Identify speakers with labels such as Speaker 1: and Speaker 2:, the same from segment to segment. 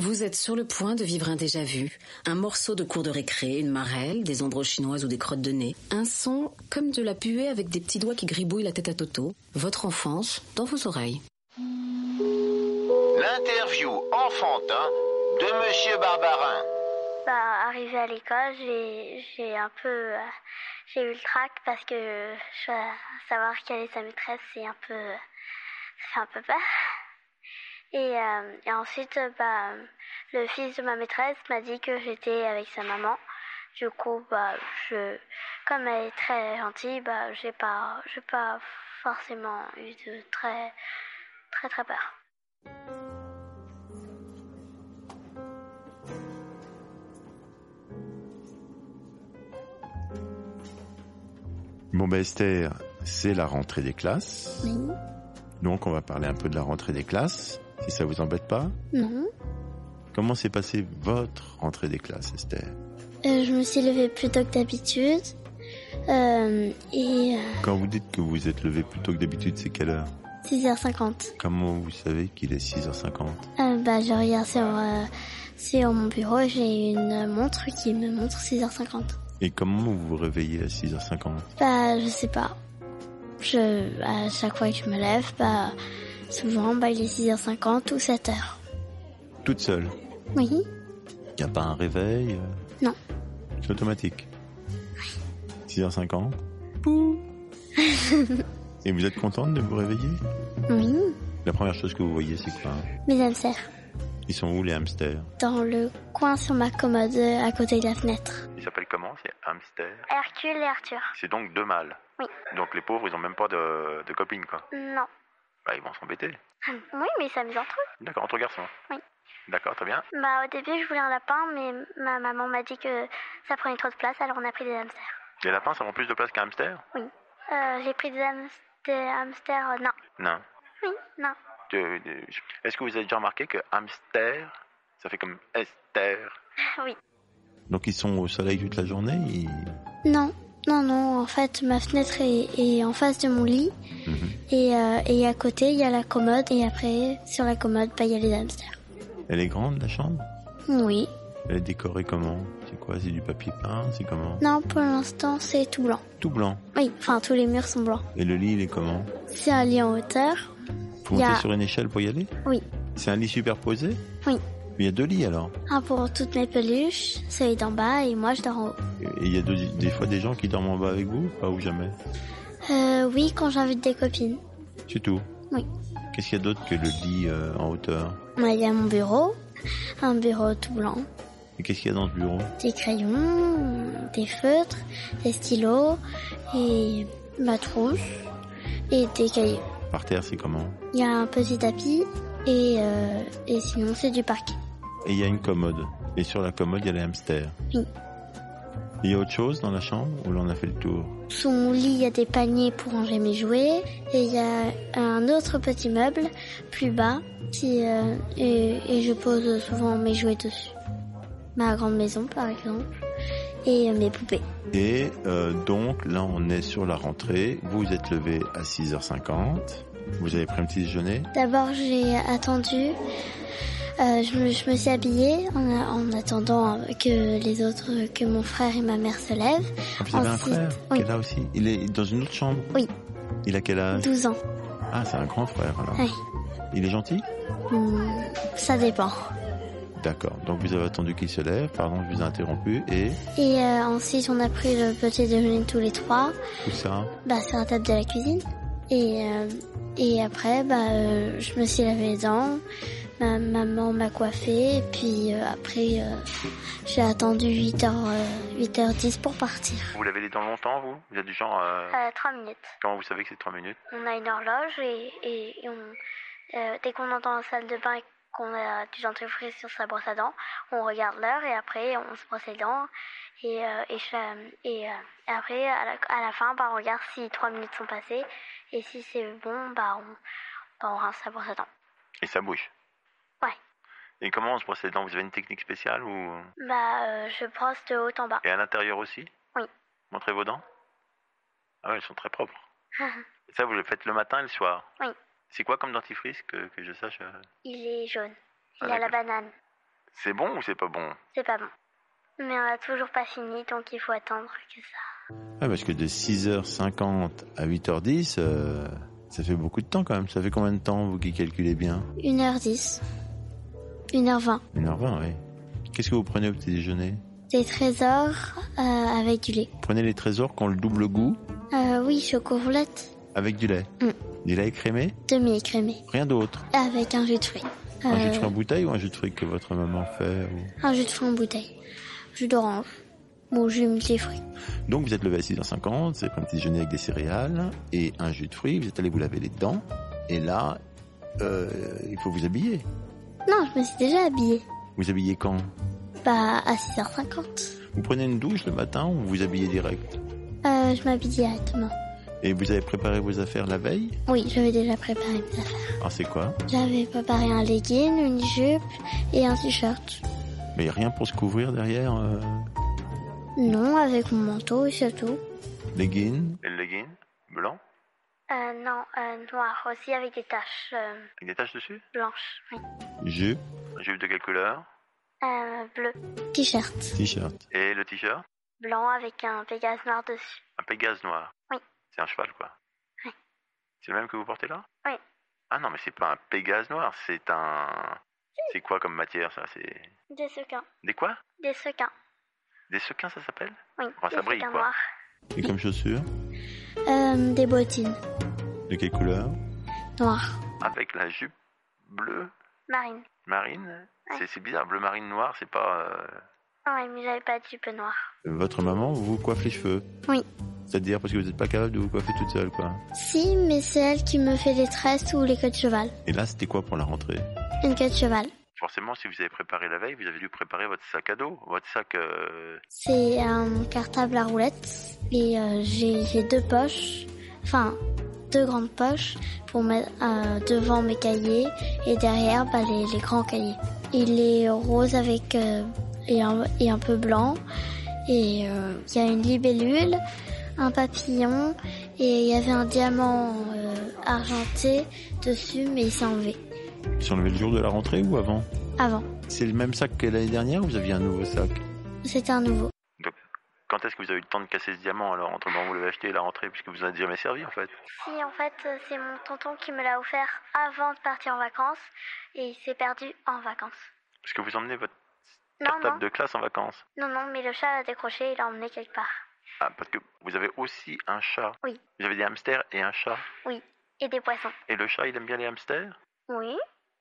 Speaker 1: Vous êtes sur le point de vivre un déjà-vu, un morceau de cours de récré, une marelle, des ombres chinoises ou des crottes de nez, un son comme de la puée avec des petits doigts qui gribouillent la tête à Toto, votre enfance dans vos oreilles.
Speaker 2: L'interview enfantin de Monsieur Barbarin.
Speaker 3: Bah, arrivé à l'école, j'ai j'ai un peu. euh, j'ai eu le trac parce que euh, sa- savoir quelle est sa maîtresse, c'est un peu. euh, ça fait un peu peur. Et, euh, et ensuite, euh, bah, euh, le fils de ma maîtresse m'a dit que j'étais avec sa maman. Du coup, bah, je, comme elle est très gentille, bah, j'ai pas, j'ai pas forcément eu de très, très, très peur.
Speaker 4: Bon ben Esther, c'est la rentrée des classes. Donc on va parler un peu de la rentrée des classes, si ça vous embête pas.
Speaker 3: Non.
Speaker 4: Comment s'est passée votre rentrée des classes, Esther
Speaker 3: Euh, je me suis levée plus tôt que d'habitude. Euh, et euh,
Speaker 4: Quand vous dites que vous vous êtes levé plus tôt que d'habitude, c'est quelle heure
Speaker 3: 6h50.
Speaker 4: Comment vous savez qu'il est 6h50
Speaker 3: Euh, bah, je regarde sur, euh, sur mon bureau et j'ai une montre qui me montre 6h50.
Speaker 4: Et comment vous vous réveillez à 6h50
Speaker 3: Bah, je sais pas. Je, à chaque fois que je me lève, bah, souvent, bah, il est 6h50 ou 7h.
Speaker 4: Toute seule
Speaker 3: Oui.
Speaker 4: Il n'y a pas un réveil euh,
Speaker 3: Non.
Speaker 4: C'est automatique 6h50 Et vous êtes contente de vous réveiller
Speaker 3: Oui.
Speaker 4: La première chose que vous voyez, c'est quoi
Speaker 3: Mes hamsters.
Speaker 4: Ils sont où les hamsters
Speaker 3: Dans le coin sur ma commode euh, à côté de la fenêtre.
Speaker 4: Ils s'appellent comment C'est hamster
Speaker 3: Hercule et Arthur.
Speaker 4: C'est donc deux mâles.
Speaker 3: Oui.
Speaker 4: Donc les pauvres, ils ont même pas de, de copine, quoi.
Speaker 3: Non.
Speaker 4: Bah, ils vont s'embêter.
Speaker 3: Oui, mais ça me entre
Speaker 4: D'accord, entre garçons.
Speaker 3: Oui.
Speaker 4: D'accord, très bien.
Speaker 3: Bah, au début, je voulais un lapin, mais ma maman m'a dit que ça prenait trop de place, alors on a pris des hamsters.
Speaker 4: Les lapins, ça prend plus de place qu'un hamster
Speaker 3: Oui. Euh, j'ai pris des, hams- des hamsters. euh, non.
Speaker 4: Non.
Speaker 3: Oui, non.
Speaker 4: De- de- Est-ce que vous avez déjà remarqué que hamster, ça fait comme Esther
Speaker 3: oui.
Speaker 4: Donc ils sont au soleil toute la journée ils...
Speaker 3: Non, non, non. En fait, ma fenêtre est, est en face de mon lit. Et, euh, et à côté, il y a la commode. Et après, sur la commode, bah, il y a les hamsters.
Speaker 4: Elle est grande, la chambre
Speaker 3: Oui.
Speaker 4: Elle est décorée comment C'est quoi C'est du papier peint C'est comment
Speaker 3: Non, pour l'instant, c'est tout blanc.
Speaker 4: Tout blanc.
Speaker 3: Oui, enfin, tous les murs sont blancs.
Speaker 4: Et le lit, il est comment
Speaker 3: C'est un lit en hauteur.
Speaker 4: Faut
Speaker 3: Il y
Speaker 4: monter
Speaker 3: a-
Speaker 4: sur une échelle pour y aller
Speaker 3: Oui.
Speaker 4: C'est un lit superposé
Speaker 3: Oui.
Speaker 4: Il y a deux lits alors
Speaker 3: Un pour toutes mes peluches, celui d'en bas, et moi, je dors en haut.
Speaker 4: Et il y a de- des fois des gens qui dorment en bas avec vous Pas ou jamais
Speaker 3: Euh, oui, quand j'invite des copines.
Speaker 4: C'est tout
Speaker 3: Oui.
Speaker 4: Qu'est-ce qu'il y a d'autre que le lit euh, en hauteur
Speaker 3: Il y a mon bureau, un bureau tout blanc,
Speaker 4: Et qu'est-ce qu'il y a dans ce bureau
Speaker 3: des crayons, des feutres, des stylos, et ma trousse, et des cahiers.
Speaker 4: Par terre, c'est comment
Speaker 3: Il y a un petit tapis, et, euh, et sinon c'est du parquet.
Speaker 4: Et il y a une commode. Et sur la commode, il y a les hamsters.
Speaker 3: Oui.
Speaker 4: Il y a autre chose dans la chambre ou là on a fait le tour
Speaker 3: Sous mon lit, il y a des paniers pour ranger mes jouets, et il y a un autre petit meuble plus bas, qui, euh, et, et je pose souvent mes jouets dessus. Ma grande maison, par exemple, et euh, mes poupées.
Speaker 4: Et euh, donc là on est sur la rentrée. Vous vous êtes levé à 6h50. Vous avez pris un petit déjeuner.
Speaker 3: D'abord, j'ai attendu. Euh, je, me, je me suis habillée en, en attendant que les autres, que mon frère et ma mère se lèvent.
Speaker 4: Ah, Vous avez un
Speaker 3: Ensuite,
Speaker 4: frère
Speaker 3: oui.
Speaker 4: qui est là aussi. Il est dans une autre chambre
Speaker 3: Oui.
Speaker 4: Il a quel âge
Speaker 3: 12 ans.
Speaker 4: Ah c'est un grand frère alors.
Speaker 3: Ouais.
Speaker 4: Il est gentil
Speaker 3: Hmm, ça dépend.
Speaker 4: D'accord. Donc vous avez attendu qu'il se lève. Pardon, je vous ai interrompu. Et
Speaker 3: Et euh, ensuite, on a pris le petit déjeuner tous les trois,
Speaker 4: tout ça.
Speaker 3: bah, sur la table de la cuisine. Et, euh, et après, bah, euh, je me suis lavé les dents. Ma maman m'a coiffée. Et puis euh, après, euh, j'ai attendu euh, 8h, 8h10 pour partir.
Speaker 4: Vous l'avez les dents longtemps, vous Vous êtes du genre... euh,
Speaker 3: 3 minutes.
Speaker 4: Comment vous savez que c'est 3 minutes
Speaker 3: On a une horloge et, et, et on, Euh, dès qu'on entend la salle de bain et qu'on a du dentifrice sur sa brosse à dents, on regarde l'heure et après on se brosse les dents. Et, euh, et, je- et, euh, et après, à la, à la fin, bah, on regarde si trois minutes sont passées. Et si c'est bon, bah, on, bah, on rince sa brosse à dents.
Speaker 4: Et ça bouge.
Speaker 3: Ouais.
Speaker 4: Et comment on se brosse les dents Vous avez une technique spéciale ou
Speaker 3: Bah, euh, je brosse de haut en bas.
Speaker 4: Et à l'intérieur aussi
Speaker 3: Oui.
Speaker 4: Montrez vos dents Ah ouais, elles sont très propres. Et ça, vous le faites le matin et le soir
Speaker 3: Ah Oui.
Speaker 4: C'est quoi comme dentifrice que, que je sache euh
Speaker 3: Il est jaune.
Speaker 4: Ah,
Speaker 3: Il a la
Speaker 4: d'accord.
Speaker 3: banane.
Speaker 4: C'est bon ou c'est pas bon
Speaker 3: C'est pas bon. Mais on a toujours pas fini, donc il faut attendre que ça.
Speaker 4: Ah, parce que de 6h50 à 8h10, euh, ça fait beaucoup de temps quand même. Ça fait combien de temps, vous qui calculez bien
Speaker 3: 1h10. 1h20.
Speaker 4: 1h20, oui. Qu'est-ce que vous prenez au petit déjeuner
Speaker 3: Des trésors euh, avec du lait.
Speaker 4: Vous Prenez les trésors qui ont le double goût
Speaker 3: Euh, oui, chocolat
Speaker 4: avec du lait.
Speaker 3: Mm.
Speaker 4: Du lait écrémé
Speaker 3: demi-écrémé.
Speaker 4: Rien d'autre.
Speaker 3: Avec un jus de fruits.
Speaker 4: Un jus de
Speaker 3: Euh,
Speaker 4: fruits en bouteille ou un jus de fruits que votre maman fait ou-
Speaker 3: un jus de fruits en bouteille. Jus d'orange. Bon, jus multifruits.
Speaker 4: Donc vous êtes levé à 6h50, c'est un petit déjeuner avec des céréales et un jus de fruits, vous êtes allé vous laver les dents, et là, euh, il faut vous habiller.
Speaker 3: Non, je me suis déjà habillée.
Speaker 4: Vous habillez quand
Speaker 3: Bah, à 6h50.
Speaker 4: Vous prenez une douche le matin ou vous vous habillez direct
Speaker 3: Euh, je m'habille directement.
Speaker 4: Et vous avez préparé vos affaires la veille
Speaker 3: Oui, j'avais déjà préparé mes affaires.
Speaker 4: Alors c'est quoi
Speaker 3: J'avais préparé un legging, une jupe et un t-shirt.
Speaker 4: Mais rien pour se couvrir derrière euh,
Speaker 3: Non, avec mon manteau et c'est tout.
Speaker 4: Leggings Et le legging Blanc
Speaker 3: Euh, non, euh, noir aussi avec des taches euh,
Speaker 4: Avec des taches dessus
Speaker 3: blanches, oui.
Speaker 4: Jupe Jupe de quelle couleur
Speaker 3: Euh, bleu. T-shirt.
Speaker 4: T-shirt. Et le t-shirt
Speaker 3: Blanc avec un pégase noir dessus.
Speaker 4: Un pégase noir
Speaker 3: Oui.
Speaker 4: C'est un cheval quoi
Speaker 3: Oui.
Speaker 4: C'est le même que vous portez là
Speaker 3: Oui.
Speaker 4: Ah non, mais c'est pas un pégase noir, c'est un. C'est quoi comme matière ça C'est.
Speaker 3: Des sequins.
Speaker 4: Des quoi
Speaker 3: Des sequins.
Speaker 4: Des sequins ça s'appelle
Speaker 3: Oui.
Speaker 4: Ah, ça
Speaker 3: des
Speaker 4: brille,
Speaker 3: sequins
Speaker 4: quoi.
Speaker 3: noirs.
Speaker 4: Et comme chaussures
Speaker 3: Euh, des bottines.
Speaker 4: De quelle couleur
Speaker 3: Noires.
Speaker 4: Avec la jupe bleue
Speaker 3: Marine.
Speaker 4: marine
Speaker 3: Ouais.
Speaker 4: C'est- C'est bizarre, bleu marine noir, c'est pas. euh,
Speaker 3: Ah ouais, mais j'avais pas de jupe noire.
Speaker 4: Votre maman vous coiffe les cheveux
Speaker 3: Oui.
Speaker 4: C'est-à-dire parce que vous n'êtes pas capable de vous coiffer toute seule quoi.
Speaker 3: Si, mais c'est elle qui me fait les tresses ou les queues de cheval.
Speaker 4: Et là c'était quoi pour la rentrée
Speaker 3: Une queue de cheval.
Speaker 4: Forcément, si vous avez préparé la veille, vous avez dû préparer votre sac à dos, votre sac. euh,
Speaker 3: C'est un cartable à roulettes et euh, j'ai j'ai deux poches, enfin deux grandes poches pour mettre euh, devant mes cahiers et derrière bah, les, les grands cahiers. Il est rose avec euh, et, un, et un peu blanc et euh, il y a une libellule, un papillon et il y avait un diamant euh, argenté dessus mais il s'est enlevé
Speaker 4: Ils sont levés le jour de la rentrée ou avant
Speaker 3: avant.
Speaker 4: C'est le même sac que l'année dernière ou vous aviez un nouveau sac
Speaker 3: C'était un nouveau.
Speaker 4: Quand est-ce que vous avez eu le temps de casser ce diamant alors entre le moment où vous l'avez acheté et la rentrée puisque vous en avez jamais servi en fait
Speaker 3: Si, en fait, euh, c'est mon tonton qui me l'a offert avant de partir en vacances et il s'est perdu en vacances.
Speaker 4: Parce que vous emmenez votre
Speaker 3: Non, non,
Speaker 4: cartable de classe en vacances.
Speaker 3: non, non, mais le chat l'a décroché, il l'a emmené quelque part.
Speaker 4: Ah, parce que vous avez aussi un chat.
Speaker 3: Oui.
Speaker 4: Vous avez des hamsters et un chat.
Speaker 3: Oui, et des poissons.
Speaker 4: Et le chat, il aime bien les hamsters
Speaker 3: Oui,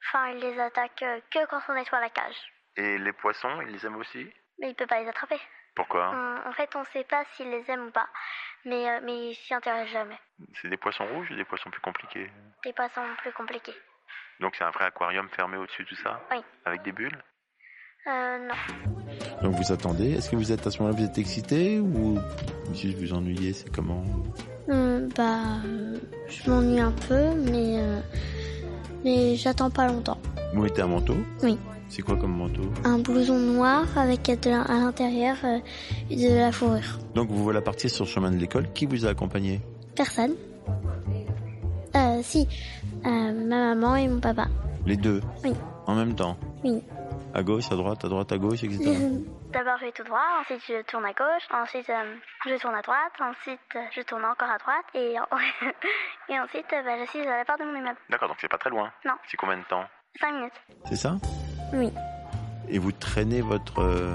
Speaker 3: enfin, il les attaque euh, que quand on nettoie la cage.
Speaker 4: Et les poissons, il les aime aussi
Speaker 3: Mais il peut pas les attraper.
Speaker 4: Pourquoi
Speaker 3: On- en fait, on sait pas s'il les aime ou pas, mais, euh, mais il s'y intéresse jamais.
Speaker 4: C'est des poissons rouges ou des poissons plus compliqués
Speaker 3: Des poissons plus compliqués.
Speaker 4: Donc c'est un vrai aquarium fermé au-dessus de tout ça
Speaker 3: Oui.
Speaker 4: Avec des bulles
Speaker 3: Euh, non.
Speaker 4: Donc vous attendez, est-ce que vous êtes à ce moment-là, vous êtes excité ou juste vous ennuyez, c'est comment
Speaker 3: bah, je m'ennuie un peu, mais, euh, mais j'attends pas longtemps.
Speaker 4: Vous mettez un manteau
Speaker 3: Oui.
Speaker 4: C'est quoi comme manteau
Speaker 3: un blouson noir avec de l'in- à l'intérieur euh, de la fourrure.
Speaker 4: Donc vous voilà partir sur le chemin de l'école, qui vous a accompagné
Speaker 3: Personne. Euh, si, Euh, ma maman et mon papa.
Speaker 4: Les deux
Speaker 3: Oui.
Speaker 4: En même temps
Speaker 3: Oui.
Speaker 4: À gauche, à droite, à droite, à gauche, etc.
Speaker 3: D'abord je vais tout droit, ensuite je tourne à gauche, ensuite euh, je tourne à droite, ensuite euh, je tourne encore à droite et, et ensuite euh, bah, je suis à la part de mon immeuble.
Speaker 4: D'accord, donc c'est pas très loin
Speaker 3: Non.
Speaker 4: C'est combien de temps
Speaker 3: 5 minutes.
Speaker 4: C'est ça
Speaker 3: Oui.
Speaker 4: Et vous traînez votre euh,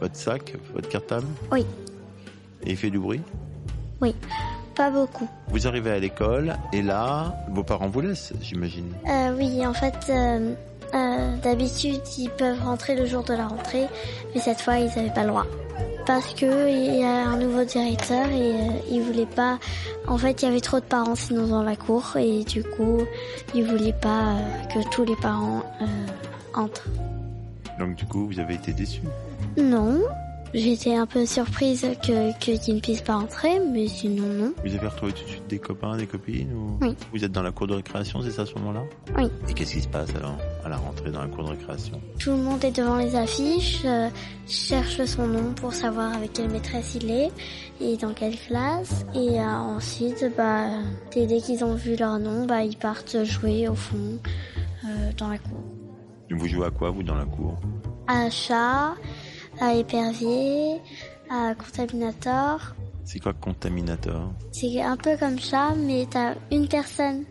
Speaker 4: votre sac, votre cartable
Speaker 3: Oui.
Speaker 4: Et il fait du bruit
Speaker 3: Oui. Pas beaucoup.
Speaker 4: Vous arrivez à l'école et là, vos parents vous laissent, j'imagine.
Speaker 3: Euh, oui, en fait, euh, euh, d'habitude, ils peuvent rentrer le jour de la rentrée, mais cette fois, ils n'avaient pas le droit. parce que il y a un nouveau directeur et euh, il voulait pas. En fait, il y avait trop de parents sinon dans la cour et du coup, il voulait pas euh, que tous les parents euh, entrent.
Speaker 4: Donc du coup, vous avez été déçu.
Speaker 3: Non, j'étais un peu surprise que qu'ils ne puissent pas entrer, mais sinon non.
Speaker 4: Vous avez retrouvé tout de suite des copains, des copines ou...
Speaker 3: Oui.
Speaker 4: Vous êtes dans la cour de récréation, c'est ça à ce moment-là
Speaker 3: Oui.
Speaker 4: Et qu'est-ce qui se passe alors à la rentrée dans la cour de récréation
Speaker 3: Tout le monde est devant les affiches, euh, cherche son nom pour savoir avec quelle maîtresse il est et dans quelle classe. Et euh, ensuite, bah, euh, dès dès qu'ils ont vu leur nom, bah, ils partent jouer au fond euh, dans la cour.
Speaker 4: Vous jouez à quoi vous dans la cour
Speaker 3: À chat, à épervier, à contaminator.
Speaker 4: C'est quoi contaminateur
Speaker 3: C'est un peu comme chat, mais t'as une personne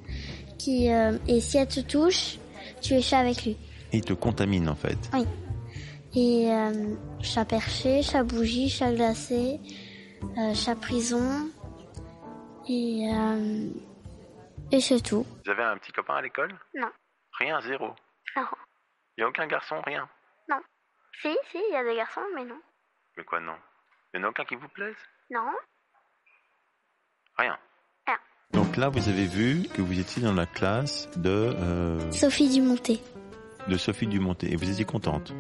Speaker 3: qui... euh, et si elle te touche, tu es chat avec lui.
Speaker 4: Il te contamine en fait.
Speaker 3: Oui. Et euh, chat perché, chat bougie, chat glacé, euh, chat prison. Et, euh, et c'est tout.
Speaker 4: Vous avez un petit copain à l'école
Speaker 3: Non.
Speaker 4: Rien, zéro.
Speaker 3: Non.
Speaker 4: Il n'y a aucun garçon, rien.
Speaker 3: Si, si, il y a des garçons, mais non.
Speaker 4: Mais quoi non Il n'y en a aucun qui vous plaise
Speaker 3: Non.
Speaker 4: Rien.
Speaker 3: Rien.
Speaker 4: Donc là, vous avez vu que vous étiez dans la classe de, euh,
Speaker 3: Sophie Dumonté.
Speaker 4: de Sophie Dumonté. Et vous étiez contente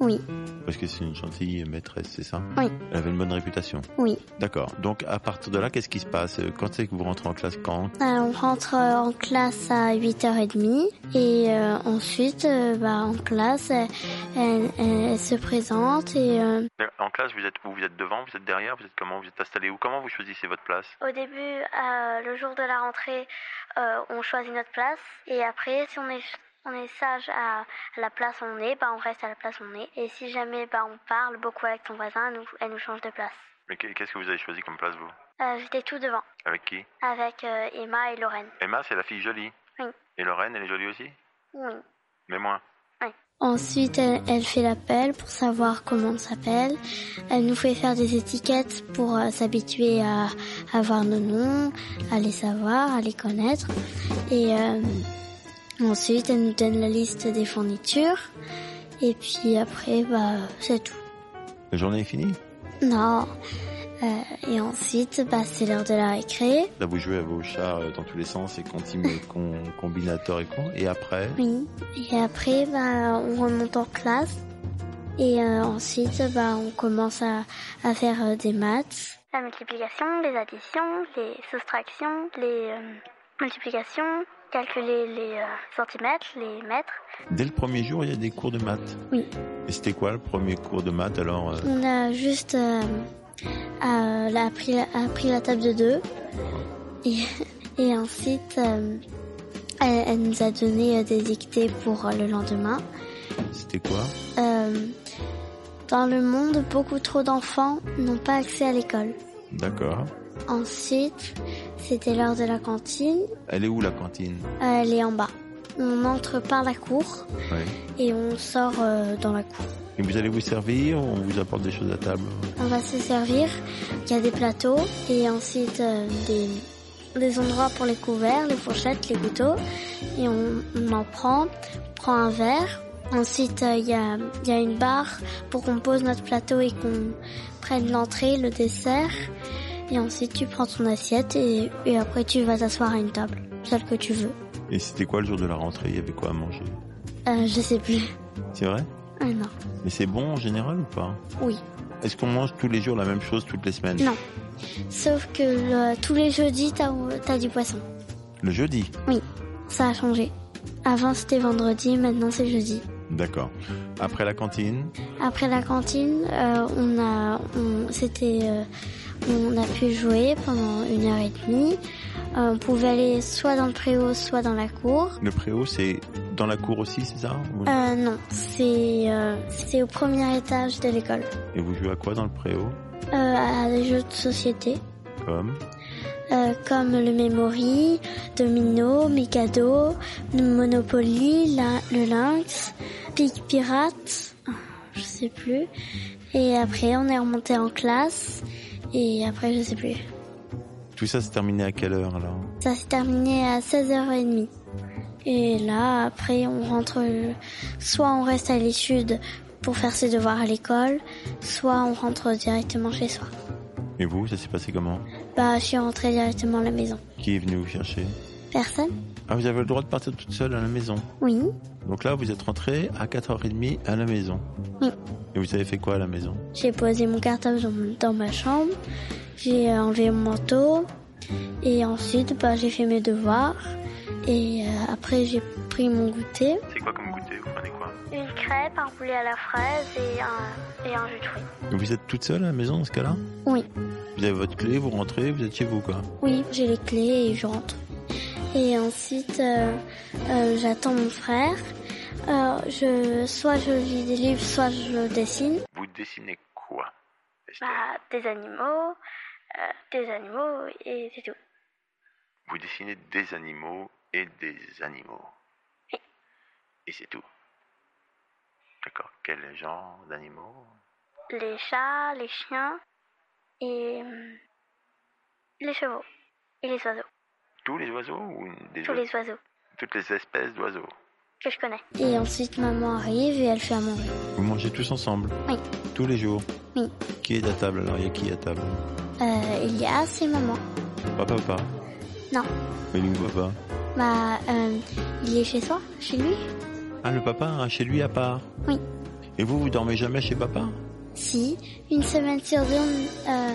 Speaker 3: Oui,
Speaker 4: Parce que c'est une gentille maîtresse, c'est ça
Speaker 3: Oui.
Speaker 4: Elle avait une bonne réputation.
Speaker 3: oui.
Speaker 4: D'accord. Donc à partir de là, qu'est-ce qui se passe Quand c'est que vous rentrez en classe Quand
Speaker 3: Euh, on rentre euh, en classe à 8h30 et euh, ensuite euh, bah, en classe elle, elle- elle se présente et euh,
Speaker 4: En classe, vous êtes où Vous êtes devant Vous êtes derrière Vous êtes comment Vous êtes installé où Comment vous choisissez votre place
Speaker 3: Au début, euh, le jour de la rentrée, euh, on choisit notre place. Et après, si on est, on est sage à, à la place où on est, bah, on reste à la place où on est. Et si jamais bah, on parle beaucoup avec ton voisin, elle nous, elle nous change de place.
Speaker 4: Mais qu'est-ce que vous avez choisi comme place, vous
Speaker 3: Euh, J'étais tout devant,
Speaker 4: Avec qui
Speaker 3: avec euh, Emma et Lorraine.
Speaker 4: Emma, c'est la fille jolie.
Speaker 3: Oui.
Speaker 4: Et Lorraine, elle est jolie aussi
Speaker 3: Oui.
Speaker 4: Mais moins.
Speaker 3: Ensuite, elle, elle fait l'appel pour savoir comment on s'appelle. Elle nous fait faire des étiquettes pour euh, s'habituer à, à voir nos noms, à les savoir, à les connaître. Et euh, ensuite, elle nous donne la liste des fournitures. Et puis après, bah, c'est tout.
Speaker 4: La journée est finie
Speaker 3: Non. Euh, et ensuite, bah, c'est l'heure de la récré.
Speaker 4: Là, vous jouez à vos chats euh, dans tous les sens et continue avec con, combinator et con. Et après,
Speaker 3: Oui. Et après, bah, on remonte en classe. Et euh, ensuite, bah, on commence à, à faire euh, des maths. La multiplication, les additions, les soustractions, les euh, multiplications, calculer les euh, centimètres, les mètres.
Speaker 4: dès le premier jour, il y a des cours de maths.
Speaker 3: Oui.
Speaker 4: Et c'était quoi le premier cours de maths alors euh,
Speaker 3: On a juste euh, euh, là, appris, appris la table de deux. Et, et ensuite, euh, elle, elle nous a donné euh, des dictées pour euh, le lendemain.
Speaker 4: C'était quoi
Speaker 3: Euh, dans le monde, beaucoup trop d'enfants n'ont pas accès à l'école.
Speaker 4: D'accord.
Speaker 3: Ensuite, c'était l'heure de la cantine.
Speaker 4: Elle est où la cantine
Speaker 3: Euh, elle est en bas. On entre par la cour
Speaker 4: Oui.
Speaker 3: et on sort euh, dans la cour.
Speaker 4: Et vous allez vous servir On vous apporte des choses à table
Speaker 3: On va se servir. Il y a des plateaux et ensuite euh, des, des endroits pour les couverts, les fourchettes, les couteaux. Et on, on en prend, on prend un verre. Ensuite, euh, il y, a, il y a une barre pour qu'on pose notre plateau et qu'on prenne l'entrée, le dessert. Et ensuite, tu prends ton assiette et, et après, tu vas t'asseoir à une table, celle que tu veux.
Speaker 4: Et c'était quoi le jour de la rentrée Il y avait quoi à manger
Speaker 3: Euh, je sais plus.
Speaker 4: C'est vrai
Speaker 3: Ah non.
Speaker 4: Mais c'est bon en général ou pas
Speaker 3: Oui.
Speaker 4: Est-ce qu'on mange tous les jours la même chose toutes les semaines
Speaker 3: Non. Sauf que le- tous les jeudis, t'as as du poisson.
Speaker 4: Le jeudi
Speaker 3: Oui, ça a changé. Avant c'était vendredi, maintenant c'est jeudi.
Speaker 4: D'accord. Après la cantine
Speaker 3: Après la cantine, euh, on a, on, c'était, euh, on a pu jouer pendant une heure et demie. Euh, on pouvait aller soit dans le préau, soit dans la cour.
Speaker 4: Le préau, c'est dans la cour aussi, c'est ça Ou-
Speaker 3: Euh, non, c'est, euh, c'est au premier étage de l'école.
Speaker 4: Et vous jouez à quoi dans le préau
Speaker 3: Euh, à des jeux de société,
Speaker 4: Comme
Speaker 3: euh, comme le Memory, Domino, Mikado, Monopoly, la- le Lynx, Pig Pirate, oh, je sais plus. Et après, on est remonté en classe. Et après, je sais plus.
Speaker 4: Tout ça se terminait à quelle heure alors
Speaker 3: Ça s'est terminé à 16h30. Et là, après, on rentre. euh, Soit on reste à l'étude pour faire ses devoirs à l'école, soit on rentre directement chez soi.
Speaker 4: Et vous, ça s'est passé comment
Speaker 3: Bah, je suis rentrée directement à la maison.
Speaker 4: Qui est venu vous chercher
Speaker 3: Personne
Speaker 4: Ah, vous avez le droit de partir toute seule à la maison.
Speaker 3: Oui.
Speaker 4: Donc là, vous êtes rentré à 4h30 à la maison.
Speaker 3: Oui.
Speaker 4: Et vous avez fait quoi à la maison
Speaker 3: J'ai posé mon cartable dans- dans ma chambre, j'ai enlevé mon manteau, et ensuite, bah, j'ai fait mes devoirs, et euh, après, j'ai pris mon goûter.
Speaker 4: C'est quoi comme goûter Vous prenez quoi
Speaker 3: Une crêpe, un poulet à la fraise et un, et un jus de fruits.
Speaker 4: Vous êtes toute seule à la maison dans ce cas-là
Speaker 3: Oui.
Speaker 4: Vous avez votre clé, vous rentrez, vous êtes chez vous quoi.
Speaker 3: Oui, j'ai les clés et je rentre. Et ensuite, euh, euh, j'attends mon frère. Euh, je, soit je lis des livres, soit je dessine.
Speaker 4: Vous dessinez quoi
Speaker 3: Bah, des animaux, euh, des animaux et c'est tout.
Speaker 4: Vous dessinez des animaux et des animaux. Et c'est tout. D'accord. Quel genre d'animaux
Speaker 3: Les chats, les chiens et euh, les chevaux et les oiseaux,
Speaker 4: Tous les oiseaux ou une- des
Speaker 3: tous
Speaker 4: oiseaux-
Speaker 3: les oiseaux
Speaker 4: toutes les espèces d'oiseaux
Speaker 3: que je connais. Et ensuite, maman arrive et elle fait à manger.
Speaker 4: Vous mangez tous ensemble
Speaker 3: Oui.
Speaker 4: Tous les jours
Speaker 3: Oui.
Speaker 4: Qui est à table alors Il y a qui à table
Speaker 3: Euh, il y a ses mamans.
Speaker 4: Papa ou pas
Speaker 3: Non,
Speaker 4: Mais lui, papa.
Speaker 3: bah, euh, il est chez soi, chez lui.
Speaker 4: Ah, le papa, hein, chez lui à part
Speaker 3: Oui.
Speaker 4: Et vous, vous dormez jamais chez papa
Speaker 3: Si, une semaine sur deux, on- euh,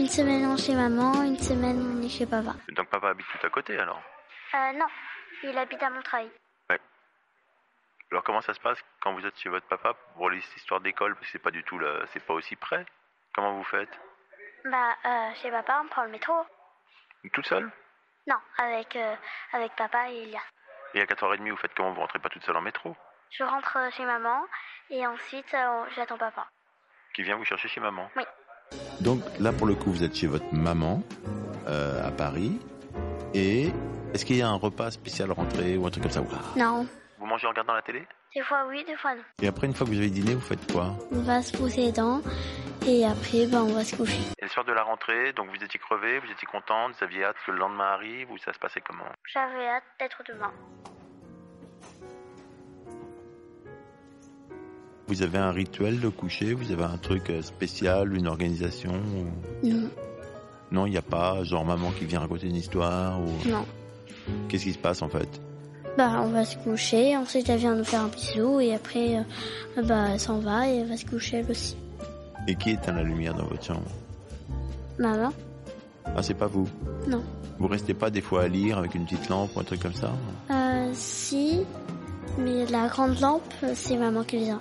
Speaker 3: une semaine on est chez maman, une semaine on est chez papa.
Speaker 4: Donc papa habite tout à côté alors
Speaker 3: Euh, non, il habite à Montreuil.
Speaker 4: Alors comment ça se passe quand vous êtes chez votre papa pour les histoires d'école Parce que c'est pas du tout là, c'est pas aussi près. Comment vous faites
Speaker 3: Bah, euh, chez papa, on prend le métro.
Speaker 4: Toute seule
Speaker 3: Non, avec, euh, avec papa et Elias.
Speaker 4: Et à 4h30, vous faites comment Vous rentrez pas toute seule en métro
Speaker 3: Je rentre euh, chez maman et ensuite euh, on- j'attends papa.
Speaker 4: Qui vient vous chercher chez maman
Speaker 3: Oui.
Speaker 4: Donc là, pour le coup, vous êtes chez votre maman euh, à Paris. Et est-ce qu'il y a un repas spécial rentrée ou un truc comme ça Ouah.
Speaker 3: Non,
Speaker 4: Vous mangez en regardant la télé
Speaker 3: des fois oui, des fois non.
Speaker 4: Et après, une fois que vous avez dîné, vous faites quoi
Speaker 3: On va se pousser les dents et après, ben, on va se coucher.
Speaker 4: Et le soir de la rentrée, donc vous étiez crevé, vous étiez contente, vous aviez hâte que le lendemain arrive ou ça se passait comment
Speaker 3: J'avais hâte d'être demain.
Speaker 4: Vous avez un rituel de coucher Vous avez un truc euh, spécial, une organisation ou-
Speaker 3: Non,
Speaker 4: Non, il n'y a pas genre maman qui vient raconter une histoire ou
Speaker 3: non.
Speaker 4: qu'est-ce qui se passe en fait
Speaker 3: Bah, on va se coucher, ensuite elle vient nous faire un bisou et après, euh, bah, elle s'en va et elle va se coucher elle aussi.
Speaker 4: Et qui éteint la lumière dans votre chambre
Speaker 3: Maman
Speaker 4: Ah, c'est pas vous
Speaker 3: Non.
Speaker 4: Vous restez pas des fois à lire avec une petite lampe ou un truc comme ça
Speaker 3: Euh, si, mais la grande lampe, c'est maman qui vient.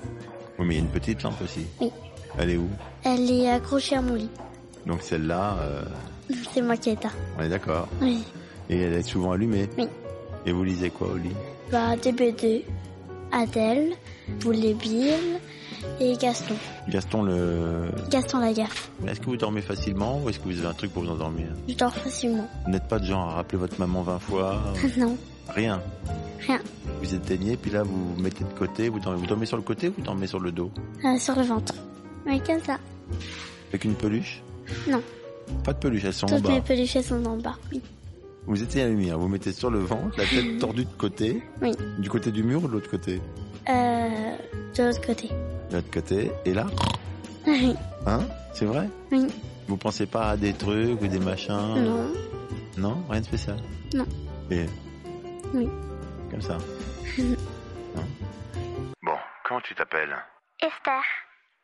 Speaker 4: Oui, mais il y a une petite lampe aussi.
Speaker 3: Oui.
Speaker 4: Elle est où
Speaker 3: Elle est accrochée à mon lit.
Speaker 4: Donc celle-là, euh,
Speaker 3: C'est moi qui éteins.
Speaker 4: on est d'accord.
Speaker 3: Oui.
Speaker 4: Et elle est souvent allumée
Speaker 3: Oui.
Speaker 4: Et vous lisez quoi au lit
Speaker 3: Bah, des BD. Adèle, Boulet Bill et Gaston.
Speaker 4: Gaston, le...
Speaker 3: Gaston la gaffe.
Speaker 4: est-ce que vous dormez facilement ou est-ce que vous avez un truc pour vous endormir
Speaker 3: Je dors facilement.
Speaker 4: Vous n'êtes pas de genre à rappeler votre maman 20 fois euh,
Speaker 3: non,
Speaker 4: Rien.
Speaker 3: rien.
Speaker 4: Vous éteignez, puis là vous vous mettez de côté, vous dormez, vous dormez sur le côté ou vous dormez sur le dos
Speaker 3: Euh, sur le ventre. Mais comme ça.
Speaker 4: Avec une peluche
Speaker 3: Non.
Speaker 4: Pas de peluche, elles sont en
Speaker 3: Toutes
Speaker 4: bas.
Speaker 3: mes peluches elles sont en bas. Oui.
Speaker 4: Vous éteignez la lumière, vous mettez sur le ventre, la tête tordue de côté.
Speaker 3: Oui.
Speaker 4: Du côté du mur ou de l'autre côté
Speaker 3: Euh, de l'autre côté.
Speaker 4: De l'autre côté. Et là,
Speaker 3: Oui.
Speaker 4: hein C'est vrai
Speaker 3: Oui.
Speaker 4: Vous pensez pas à des trucs ou des machins
Speaker 3: Non.
Speaker 4: Non Rien de spécial
Speaker 3: Non.
Speaker 4: Et
Speaker 3: Oui.
Speaker 4: Comme ça Hein?
Speaker 5: Bon, comment tu t'appelles
Speaker 3: Esther,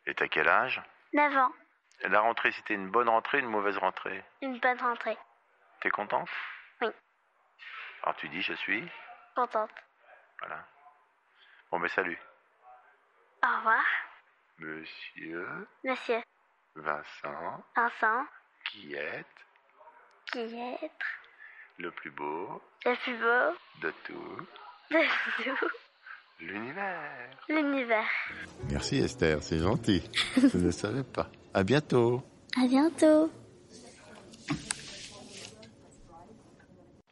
Speaker 5: Et t'as quel âge
Speaker 3: 9 ans.
Speaker 5: La rentrée, c'était une bonne rentrée, une mauvaise rentrée
Speaker 3: Une bonne rentrée.
Speaker 5: T'es contente
Speaker 3: Oui.
Speaker 5: Alors tu dis je suis
Speaker 3: Contente.
Speaker 5: Voilà. Bon, mais salut.
Speaker 3: Au revoir,
Speaker 5: Monsieur
Speaker 3: monsieur
Speaker 5: Vincent,
Speaker 3: Vincent,
Speaker 5: qui est
Speaker 3: qui est
Speaker 5: le plus beau
Speaker 3: le plus beau
Speaker 5: de tout
Speaker 3: de tout
Speaker 5: l'univers
Speaker 3: l'univers.
Speaker 4: Merci Esther, c'est gentil. Je ne le savais pas. À bientôt
Speaker 3: À bientôt.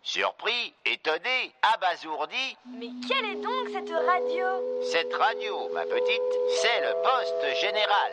Speaker 2: Surpris, étonné, abasourdi,
Speaker 6: Mais quelle est donc cette radio
Speaker 2: cette radio, ma petite, c'est le poste général.